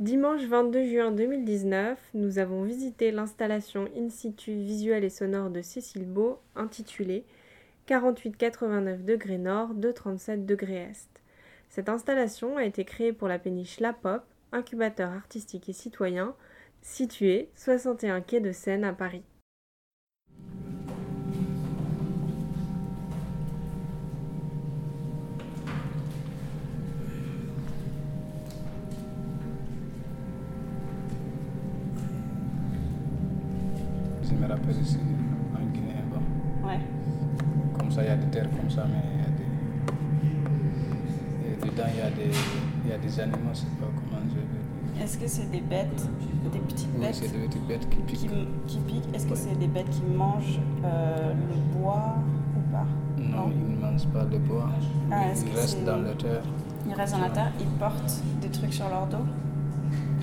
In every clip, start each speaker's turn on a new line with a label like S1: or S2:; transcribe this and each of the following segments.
S1: Dimanche 22 juin 2019, nous avons visité l'installation in situ visuelle et sonore de Cécile Beau intitulée 48-89 degrés nord, 237 degrés est. Cette installation a été créée pour la péniche La Pop, incubateur artistique et citoyen, situé 61 quai de Seine à Paris.
S2: Je me rappelle ici, en Guinée, bon,
S3: Ouais.
S2: comme ça, il y a des terres comme ça, mais il y a des. et dedans, il y, a des- il y a des animaux, je sais pas comment je vais dire.
S3: Est-ce que c'est des bêtes, des petites
S2: Oui,
S3: bêtes
S2: c'est des petites bêtes qui
S3: qui,
S2: piquent.
S3: qui piquent Est-ce que c'est des bêtes qui mangent euh, le bois ou pas
S2: Non, ils ne mangent pas de bois.
S3: Oh. Ah, est-ce
S2: ils
S3: que
S2: restent
S3: c'est-
S2: dans la terre.
S3: Ils restent dans la terre, ils portent des trucs sur leur dos,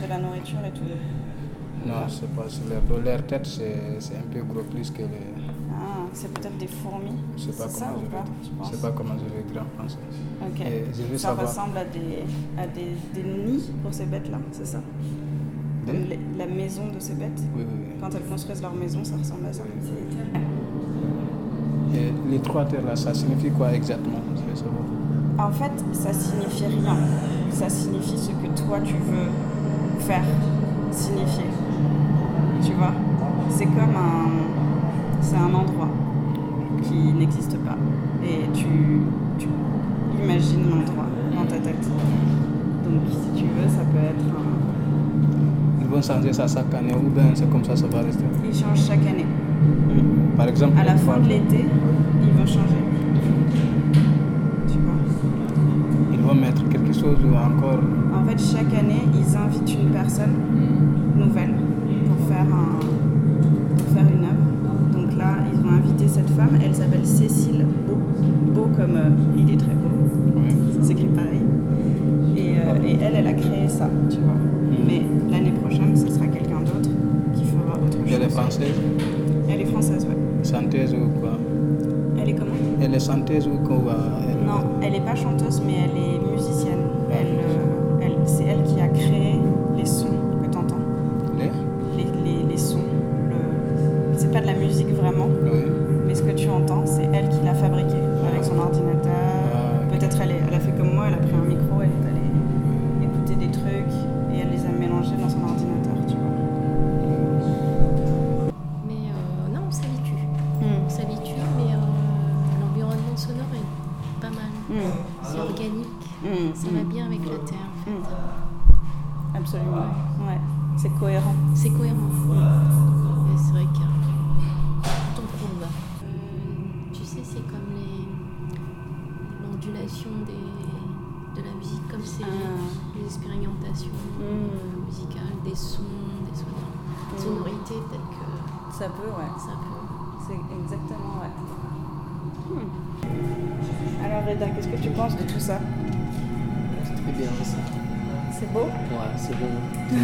S3: de la nourriture et tout. Ah.
S2: Non, c'est pas sur leur dos. Leur tête, c'est c'est un peu gros plus que les.
S3: Ah, c'est peut-être des fourmis.
S2: Je sais pas
S3: C'est ça
S2: comment
S3: ou
S2: je vais
S3: pas,
S2: dire.
S3: je
S2: Je
S3: pense.
S2: sais pas comment je vais dire en français.
S3: Ok.
S2: Et je veux
S3: ça
S2: savoir.
S3: ressemble à des, à des, des nids pour ces bêtes-là, c'est ça
S2: Des-
S3: Comme les- La maison de ces bêtes.
S2: Hmm? Oui, oui,
S3: Quand elles construisent leur maison, ça ressemble à ça.
S2: oui. Et les trois terres là, ça signifie quoi exactement Je veux savoir.
S3: En fait, ça signifie rien. Ça signifie ce que toi tu veux faire, signifier. Tu vois C'est comme un. C'est un endroit qui n'existe pas. Et tu, tu imagines l'endroit dans ta tête. Donc, si tu veux, ça peut être un.
S2: Ils vont changer ça chaque année ou bien c'est comme ça, ça va rester.
S3: Ils changent chaque année.
S2: Par exemple,
S3: À la fin de l'été, ils vont changer. Tu vois
S2: ils vont mettre quelque chose ou encore.
S3: En fait, chaque année, ils invitent une personne nouvelle pour faire, un, pour faire une œuvre. Donc là, ils ont invité cette femme. Elle s'appelle Cécile Beau. Beau comme euh, il est très beau.
S2: Oui.
S3: C'est écrit pareil. Et, euh, et elle, elle a créé ça, tu vois. Mais l'année prochaine, ce sera quelqu'un d'autre qui fera autre chose.
S2: Elle est française,
S3: Elle est française, ouais.
S2: chanteuse ou quoi
S3: Elle est comment
S2: Elle est chanteuse ou quoi Elle-
S3: Non, elle n'est pas chanteuse, mais elle est musicienne. Elle, euh, elle- c'est elle qui a créé les sons que tu entends.
S2: elle est
S3: les, les- les sons. Le... C'est pas de la musique vraiment,
S2: Oui.
S3: mais ce que tu entends, c'est elle qui l'a fabriqué avec son ordinateur.
S2: Ah, ok.
S3: Peut-être elle, est- elle a fait comme moi, elle a pris un micro, elle est allée écouter des trucs et elle les a mélangés dans son ordinateur, tu vois.
S4: Mais euh, non, on s'habitue. On s'habitue, mais euh, l'environnement sonore est pas mal. C'est
S3: Ah.
S4: organique,
S3: Hmm.
S4: ça va bien avec la terre. en fait.
S3: Mm. Absolument. Ouais. C'est cohérent.
S4: C'est cohérent. Et c'est vrai que tout trouve.
S3: Euh,
S4: Tu sais, c'est comme les l'ondulation des de la musique, comme c'est
S3: Ah.
S4: les expérimentations Hmm.
S3: Mm.
S4: musicales, des sons, des sonor-
S3: Mm.
S4: sonorités telles que
S3: Ça peut, ouais.
S4: ça peut.
S3: C'est exactement ouais. Alors Reda, qu'est-ce que tu penses de tout ça
S5: C'est très bien ça.
S3: C'est beau
S5: Ouais, euh, c'est bon.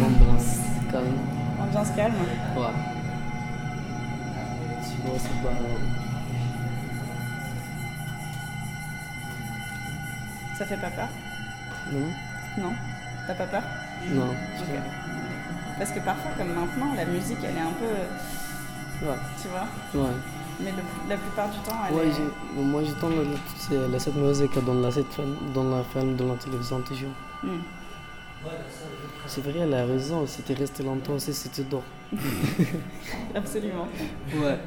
S5: L'ambiance, quand même.
S3: Ambiance calme
S5: Ouais. Sinon, c'est pas.
S3: Ça fait pas peur
S5: Non
S3: Non T'as pas peur
S5: Non.
S3: Ok. Parce que parfois, comme maintenant, la musique, elle est un peu,
S5: Ouais,
S3: tu vois,
S5: ouais.
S3: mais le- la plupart du temps, elle
S5: Ouais,
S3: est...
S5: j'ai- moi j'entends la- la- toute ces- la cette musique dans la, cette film- dans la film, dans la télévision toujours.
S3: Hmm.
S5: C'est vrai, elle a raison. Si tu restes longtemps aussi, si tu dors.
S3: Absolument.
S5: Ouais.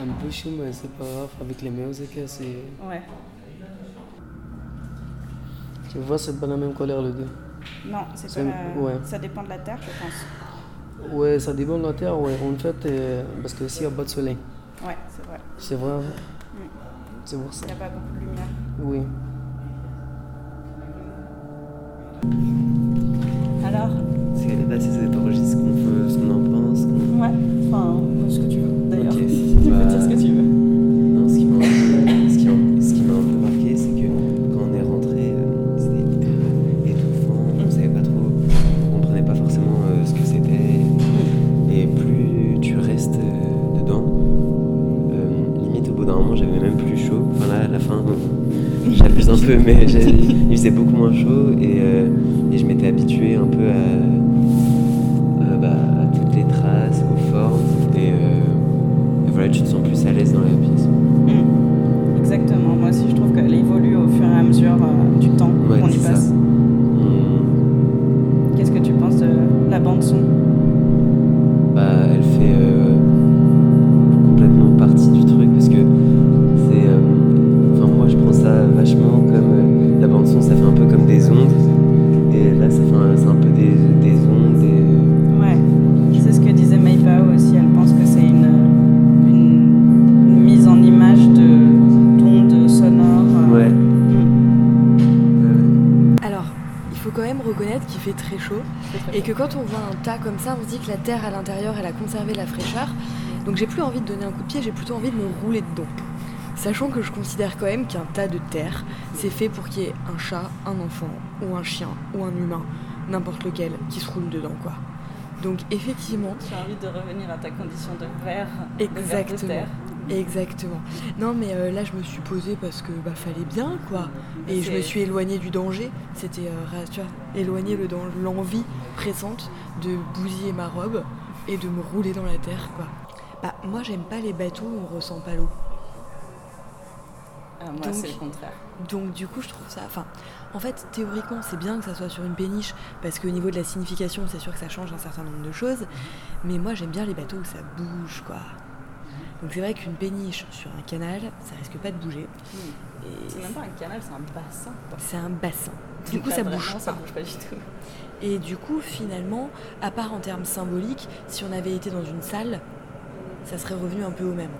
S5: Un peu chaud, mais c'est pas grave. Avec les musiques, c'est.
S3: Ouais.
S5: Tu vois, c'est pas la même couleur le deux.
S3: Non, c'est pas...
S5: C'est-
S3: la-
S5: ouais.
S3: Ça dépend de la terre, je pense.
S5: Ouais, ça dépend de la terre, ouais. En fait, euh, parce que s'il y a pas de soleil,
S3: Ouais, c'est vrai.
S5: c'est vrai. hein. C'est pour ça.
S3: Il n'y a pas beaucoup de lumière.
S5: Oui.
S3: Alors
S6: C'est bah, c'est cet enregistrement qu'on peut, ce qu'on en pense. qu'on-
S3: Ouais, enfin, ce que tu veux, d'ailleurs.
S6: Ok,
S3: Tu
S6: bah,
S3: peux dire ce que tu veux.
S6: Non, ce qui m'a ce qui m'a- ce qui m'a un peu marqué, c'est que quand on est rentré, euh, c'était hyper étouffant, on savait pas trop, on comprenait pas forcément euh, ce que c'était. Et plus tu restes euh, dedans, euh, limite au bout d'un moment, j'avais même plus chaud. Enfin là, à la fin, euh, j'abuse un peu, euh, bah, mais j'ai- il faisait beaucoup moins chaud et, euh, et je m'étais habitué euh,
S3: Hmm. euh,
S5: Hmm. Bah, euh, euh,
S3: euh,
S5: Euh,
S7: même reconnaître qu'il fait très chaud et que quand on voit un tas comme ça, on se dit que la terre à l'intérieur, elle a conservé la fraîcheur. Donc j'ai plus envie de donner un coup de pied, j'ai plutôt envie de me rouler dedans. Sachant que je considère quand même qu'un tas de terre, c'est fait pour qu'il y ait un chat, un enfant, ou un chien, ou un humain, n'importe lequel, qui se roule dedans, quoi. Donc effectivement,
S3: Tu as envie de revenir à ta condition de verre. de verre de
S7: exactement.
S3: terre.
S7: Exactement. Non mais euh, là je me suis posée parce que bah fallait bien quoi.
S3: Mais
S7: Et je me
S3: c'est-
S7: suis éloignée du danger. C'était euh, ra- tu vois, éloigner le dan- l'envie pressante de bousiller ma robe et de me rouler dans la terre quoi. Bah moi j'aime pas les bateaux où on ressent pas l'eau.
S3: Ah, moi,
S7: Donc-
S3: c'est le contraire.
S7: Donc du coup, je trouve ça. Enfin, en fait, théoriquement, c'est bien que ça soit sur une péniche parce qu'au niveau de la signification, c'est sûr que ça change un certain nombre de
S3: Mhm.
S7: choses. Mais moi, j'aime bien les bateaux où ça bouge, quoi. Donc c'est vrai qu'une péniche sur un canal, ça risque pas de bouger.
S3: C'est
S7: Et
S3: même pas un canal, c'est un bassin. quoi.
S7: c'est un bassin.
S3: C'est
S7: Du coup,
S3: pas
S7: ça
S3: vraiment-
S7: bouge
S3: Ça
S7: pas.
S3: bouge pas du tout.
S7: Et du coup, finalement, à part en termes symboliques, si on avait été dans une salle, ça serait revenu un peu au même.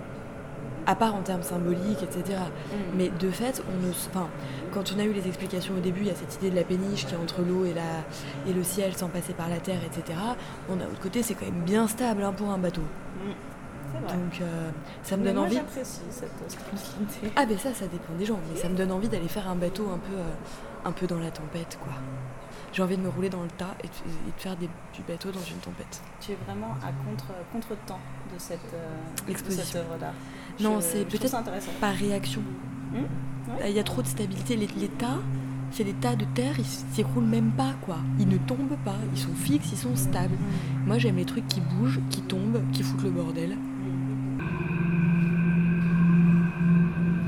S7: À part en termes symboliques, etc.
S3: Mm.
S7: Mais de fait, on ne, s- enfin, quand on a eu les explications au début, il y a cette idée de la péniche qui est entre l'eau et, la, et le ciel sans passer par la terre, etc. Bon, d'un autre côté, c'est quand même bien stable hein, pour un bateau.
S3: C'est vrai.
S7: Donc euh, ça me
S3: Mais
S7: donne
S3: moi,
S7: envie.
S3: J'apprécie
S7: euh,
S3: cette stabilité.
S7: Ah ben ça, ça dépend des gens, mais ça me donne envie d'aller faire un bateau un peu, euh, un peu dans la tempête, quoi. J'ai envie de me rouler dans le tas et de, et de faire des, du bateau dans une tempête.
S3: Tu es vraiment à contre contre-temps de cette, euh, de
S7: Exposition.
S3: cette œuvre d'art.
S7: Non,
S3: Je-
S7: c'est
S3: je trouve
S7: peut-être-
S3: ça intéressant.
S7: Par réaction.
S3: Hmm Ouais.
S7: Il y a trop de stabilité. Les, les tas, c'est des tas de terre, ils s'écroulent même pas, quoi. Ils ne tombent pas, ils sont fixes, ils sont stables. Moi, j'aime les trucs qui bougent, qui tombent, qui foutent le bordel.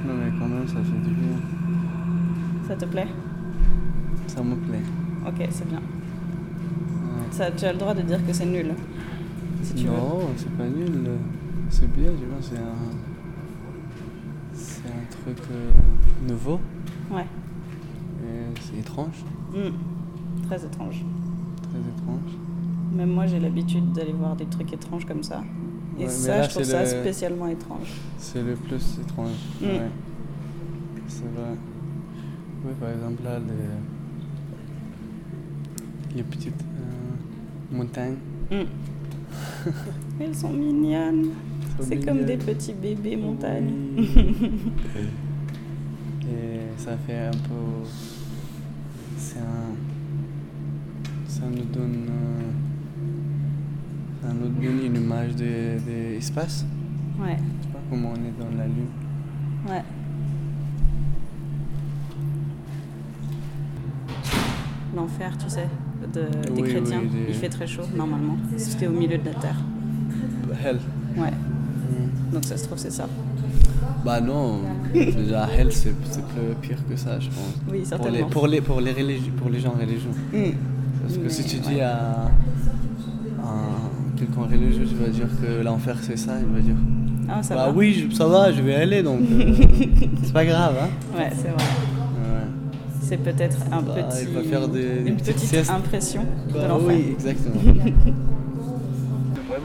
S8: Non mais quand même, ça fait du bien.
S3: Ça te plaît
S8: Ça me plaît.
S3: Ok, c'est bien.
S8: Ouais.
S3: Ça, tu as le droit de dire que c'est nul. Si Ah, tu veux.
S8: non, c'est pas nul. euh, C'est bien, tu vois, c'est un... C'est un truc euh, nouveau.
S3: Ouais.
S8: Et c'est étrange,
S3: Mm. Très étrange.
S8: très étrange.
S3: Même moi, j'ai l'habitude d'aller voir des trucs étranges comme ça. Et
S8: Ouais, mais
S3: ça,
S8: là,
S3: je trouve
S8: c'est
S3: ça
S8: le-
S3: spécialement étrange.
S8: C'est le plus étrange.
S3: Mm.
S8: Ouais. C'est vrai. Oui, par exemple, là, les, les petites euh, montagnes.
S3: Elles sont mignonnes.
S8: trop
S3: C'est comme des
S8: mignonnes.
S3: petits bébés montagnes.
S8: Oui. Et ça fait un peu. C'est un. Ça nous donne. euh, Ça nous donne une image de, de espace.
S3: Ouais,
S8: Tu vois, comment on est dans la Lune.
S3: ouais. L'enfer, tu sais, de- des
S8: Oui,
S3: chrétiens.
S8: oui, des-
S3: Il fait très chaud, normalement. C'était au milieu de la terre.
S8: Bah, Hell.
S3: Ouais.
S8: Mm.
S3: Donc ça se trouve, c'est ça.
S8: Bah non, déjà Hell c'est c'est plus pire que ça, je pense.
S3: Oui,
S8: Pour les,
S3: certainement.
S8: pour les, pour les, religi- pour les gens religieux.
S3: Mm.
S8: Parce que
S3: Mais
S8: si tu
S3: ouais.
S8: dis à, à quelqu'un religieux, tu vas dire que l'enfer c'est ça, il va dire
S3: Ah, ça
S8: Bah
S3: va
S8: oui, je- ça va, je vais aller donc. euh, c'est pas grave, hein.
S3: Ouais, c'est vrai.
S8: Ouais.
S3: C'est peut-être un
S8: Bah,
S3: petit...
S8: il va faire des- des
S3: une
S8: petites
S3: petite
S8: siestes.
S3: impression de
S8: Bah
S3: l'enfer.
S8: oui, exactement.
S6: Ouais, moi,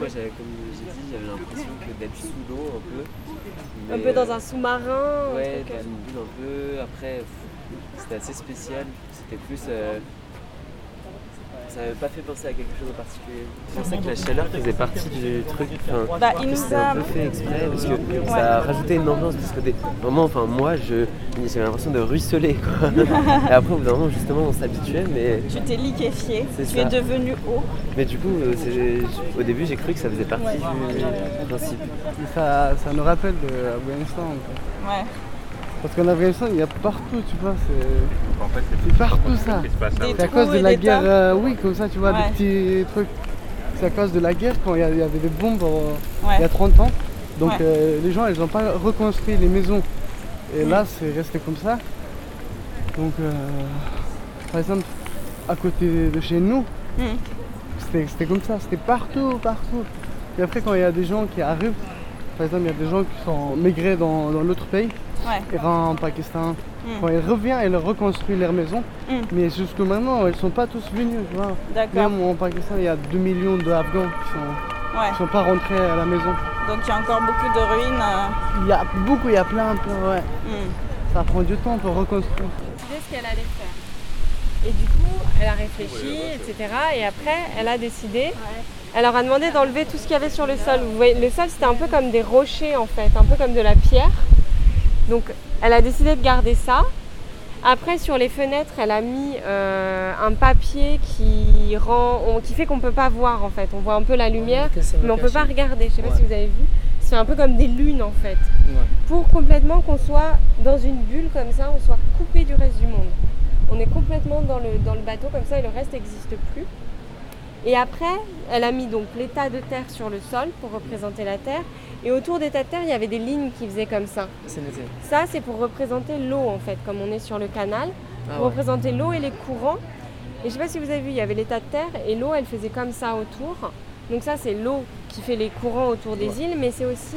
S6: j'avais, comme j'ai dit, j'avais l'impression que d'être sous l'eau un peu.
S1: Un
S6: mais,
S1: peu dans
S6: euh,
S1: un sous-marin. un
S6: Ouais,
S1: truc,
S6: dans
S1: euh.
S6: une bulle un peu. Après, pff, c'était assez spécial. C'était plus. euh, ça m'avait pas fait penser à quelque chose en particulier. Je pensais que la chaleur faisait partie du truc. enfin,
S3: Bah, il
S6: que
S3: nous
S6: c'était
S3: a...
S6: un peu fait exprès parce que ça a rajouté une ambiance parce que des... vraiment enfin moi je j'avais l'impression de ruisseler quoi et après au bout d'un moment justement on s'habituait mais
S3: Tu t'es liquéfié, tu
S6: C'est ça.
S3: es devenu eau.
S6: mais du coup euh, c'est- au début j'ai cru que ça faisait partie du principe
S8: ça, ça nous rappelle l'Afghanistan.
S3: Ouais.
S8: Parce qu'en Afghanistan, il y a partout, tu vois, c'est. c'est partout ça.
S3: Des
S8: C'est à cause
S3: trous
S8: de
S3: et
S8: la
S3: des tas.
S8: guerre, euh, oui, comme ça, tu vois,
S3: Ouais.
S8: des petits trucs. C'est à cause de la guerre quand il y a- il y avait des bombes euh, il y
S3: Ouais.
S8: a 30 ans. Donc
S3: Ouais.
S8: euh, les gens, ils n'ont pas reconstruit les maisons. Et là, c'est resté comme ça. Donc, euh, par exemple, à côté de chez nous,
S3: Mm.
S8: c'était c'était comme ça, c'était partout, partout. Et après, quand il y a des gens qui arrivent, par exemple, il y a des gens qui sont migrés dans, dans l'autre pays,
S3: Ouais.
S8: Iran, Pakistan,
S3: Mm.
S8: quand ils reviennent, ils reconstruisent leurs maisons.
S3: Mm.
S8: Mais jusque maintenant, ils ne sont pas tous venus. tu vois.
S3: D'accord.
S8: Même en Pakistan, il y a 2 millions d'Afghans qui ne sont,
S3: Ouais.
S8: qui sont pas rentrés à la maison.
S3: Donc il y a encore beaucoup de ruines. euh,
S8: Il y a beaucoup, il y a plein, plein, ouais.
S3: hmm.
S8: Ça prend du temps pour reconstruire.
S1: L'idée, ce qu'elle allait faire. Et du coup, elle a réfléchi, etc. Et après, elle a décidé. Elle leur a demandé d'enlever tout ce qu'il y avait sur le sol. Vous voyez, le sol, c'était un peu comme des rochers, en fait, un peu comme de la pierre. Donc, elle a décidé de garder ça. Après, sur les fenêtres, elle a mis euh, un papier qui, rend, on- qui fait qu'on ne peut pas voir, en fait. On voit un peu la lumière, mais on ne peut pas regarder. Je ne sais pas
S5: Ouais.
S1: si vous avez vu. C'est un peu comme des lunes, en fait
S5: Ouais.
S1: pour complètement qu'on soit dans une bulle comme ça, on soit coupé du reste du monde. On est complètement dans le, dans le bateau comme ça et le reste n'existe plus. Et après, elle a mis donc les tas de terre sur le sol pour représenter la terre. Et autour des tas de terre, il y avait des lignes qui faisaient comme ça.
S5: C'est noté.
S1: Ça, c'est pour représenter l'eau en fait, comme on est sur le canal,
S5: Ah
S1: pour
S5: ouais.
S1: représenter l'eau et les courants. Et je sais pas si vous avez vu, il y avait les tas de terre et l'eau, elle faisait comme ça autour. Donc ça, c'est l'eau qui fait les courants autour des îles, mais c'est aussi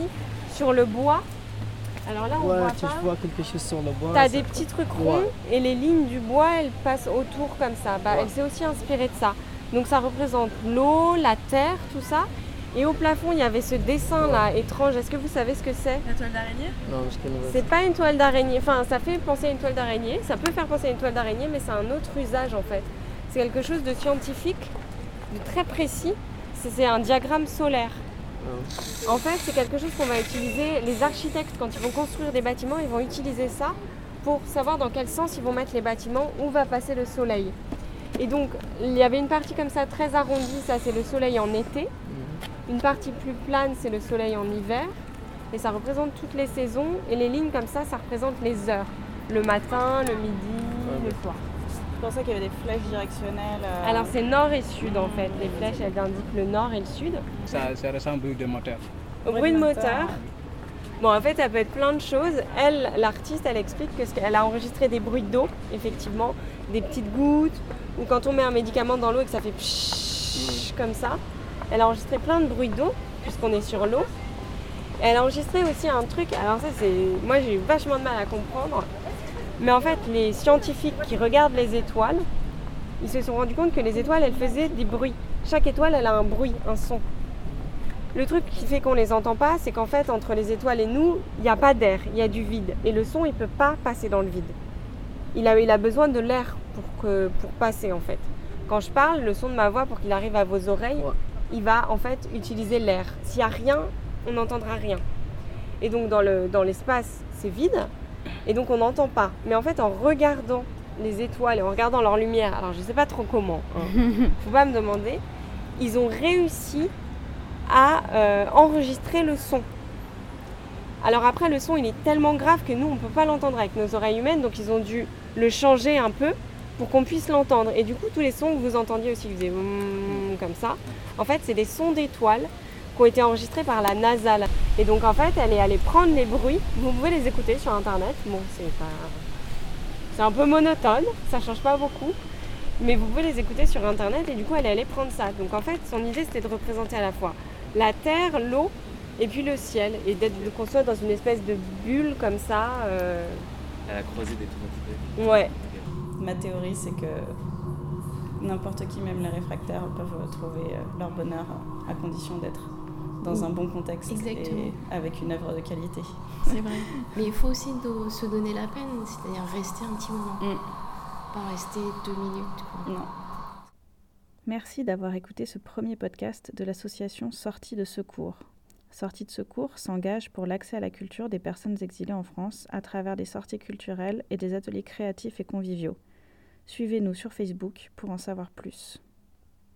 S1: sur le bois. Alors là, on
S5: Ouais,
S1: voit
S5: tu
S1: pas.
S5: vois quelque chose sur le bois.
S1: T'as
S5: ça-
S1: des petits trucs ronds et les lignes du bois, elles passent autour comme ça. Bah,
S5: Ouais.
S1: Elle s'est aussi inspirée de ça. Donc ça représente l'eau, la terre, tout ça. Et au plafond, il y avait ce dessin là étrange. Est-ce que vous savez ce que c'est
S7: La toile d'araignée
S5: Non, je connais pas.
S1: C'est pas une toile d'araignée. Enfin, ça fait penser à une toile d'araignée. Ça peut faire penser à une toile d'araignée, mais c'est un autre usage en fait. C'est quelque chose de scientifique, de très précis. C'est c'est un diagramme solaire. En fait, c'est quelque chose qu'on va utiliser. Les architectes, quand ils vont construire des bâtiments, ils vont utiliser ça pour savoir dans quel sens ils vont mettre les bâtiments, où va passer le soleil. Et donc, il y avait une partie comme ça très arrondie, ça c'est le soleil en été. Une partie plus plane, c'est le soleil en hiver. Et ça représente toutes les saisons. Et les lignes comme ça, ça représente les heures. Le matin, le midi, le soir.
S3: Je pensais qu'il y avait des flèches directionnelles. euh,
S1: Alors c'est nord et sud en fait. Les flèches, elles indiquent le nord et le sud.
S2: Ça, ça ressemble à des moteurs.
S1: Au bruit de moteur. Bon, en fait, ça peut être plein de choses. Elle, l'artiste, elle explique que ce qu'elle a enregistré des bruits d'eau, effectivement, des petites gouttes, ou quand on met un médicament dans l'eau et que ça fait pshhh, comme ça. Elle a enregistré plein de bruits d'eau, puisqu'on est sur l'eau. Elle a enregistré aussi un truc, alors ça, c'est. Moi, j'ai eu vachement de mal à comprendre. Mais en fait, les scientifiques qui regardent les étoiles, ils se sont rendus compte que les étoiles, elles faisaient des bruits. Chaque étoile, elle a un bruit, un son. Le truc qui fait qu'on les entend pas, c'est qu'en fait, entre les étoiles et nous, il n'y a pas d'air, il y a du vide. Et le son, il peut pas passer dans le vide. Il a, il a besoin de l'air pour, que- pour passer, en fait. Quand je parle, le son de ma voix, pour qu'il arrive à vos oreilles,
S5: Ouais.
S1: il va, en fait, utiliser l'air. S'il n'y a rien, on n'entendra rien. Et donc, dans le- dans l'espace, c'est vide. Et donc, on n'entend pas. Mais en fait, en regardant les étoiles et en regardant leur lumière, alors je ne sais pas trop comment, hein, faut pas me demander, ils ont réussi à euh, enregistrer le son. Alors après, le son, il est tellement grave que nous, on ne peut pas l'entendre avec nos oreilles humaines, donc ils ont dû le changer un peu pour qu'on puisse l'entendre. Et du coup, tous les sons que vous entendiez aussi, qui faisaient mm, comme ça, en fait, c'est des sons d'étoiles qui ont été enregistrés par la NASA. là. Et donc, en fait, elle est allée prendre les bruits. Vous pouvez les écouter sur Internet. Bon, c'est pas... C'est un peu monotone, ça change pas beaucoup. Mais vous pouvez les écouter sur Internet et du coup, elle est allée prendre ça. Donc, en fait, son idée, c'était de représenter à la fois la terre, l'eau et puis le ciel. Et d'être de- qu'on soit dans une espèce de bulle comme ça. euh,
S6: À la croisée des trois
S1: Ouais.
S3: Ma théorie, c'est que n'importe qui, même les réfractaires, peuvent trouver euh, leur bonheur à condition d'être dans un bon contexte
S4: Exactement.
S3: et avec une œuvre de qualité.
S4: C'est vrai. Mais il faut aussi do- se donner la peine, c'est-à-dire rester un petit moment.
S3: Mm.
S4: Pas rester deux minutes. quoi.
S3: Non. Merci d'avoir écouté ce premier podcast de l'association Sortie de Secours. Sortie de Secours s'engage pour l'accès à la culture des personnes exilées en France à travers des sorties culturelles et des ateliers créatifs et conviviaux. Suivez-nous sur Facebook pour en savoir plus.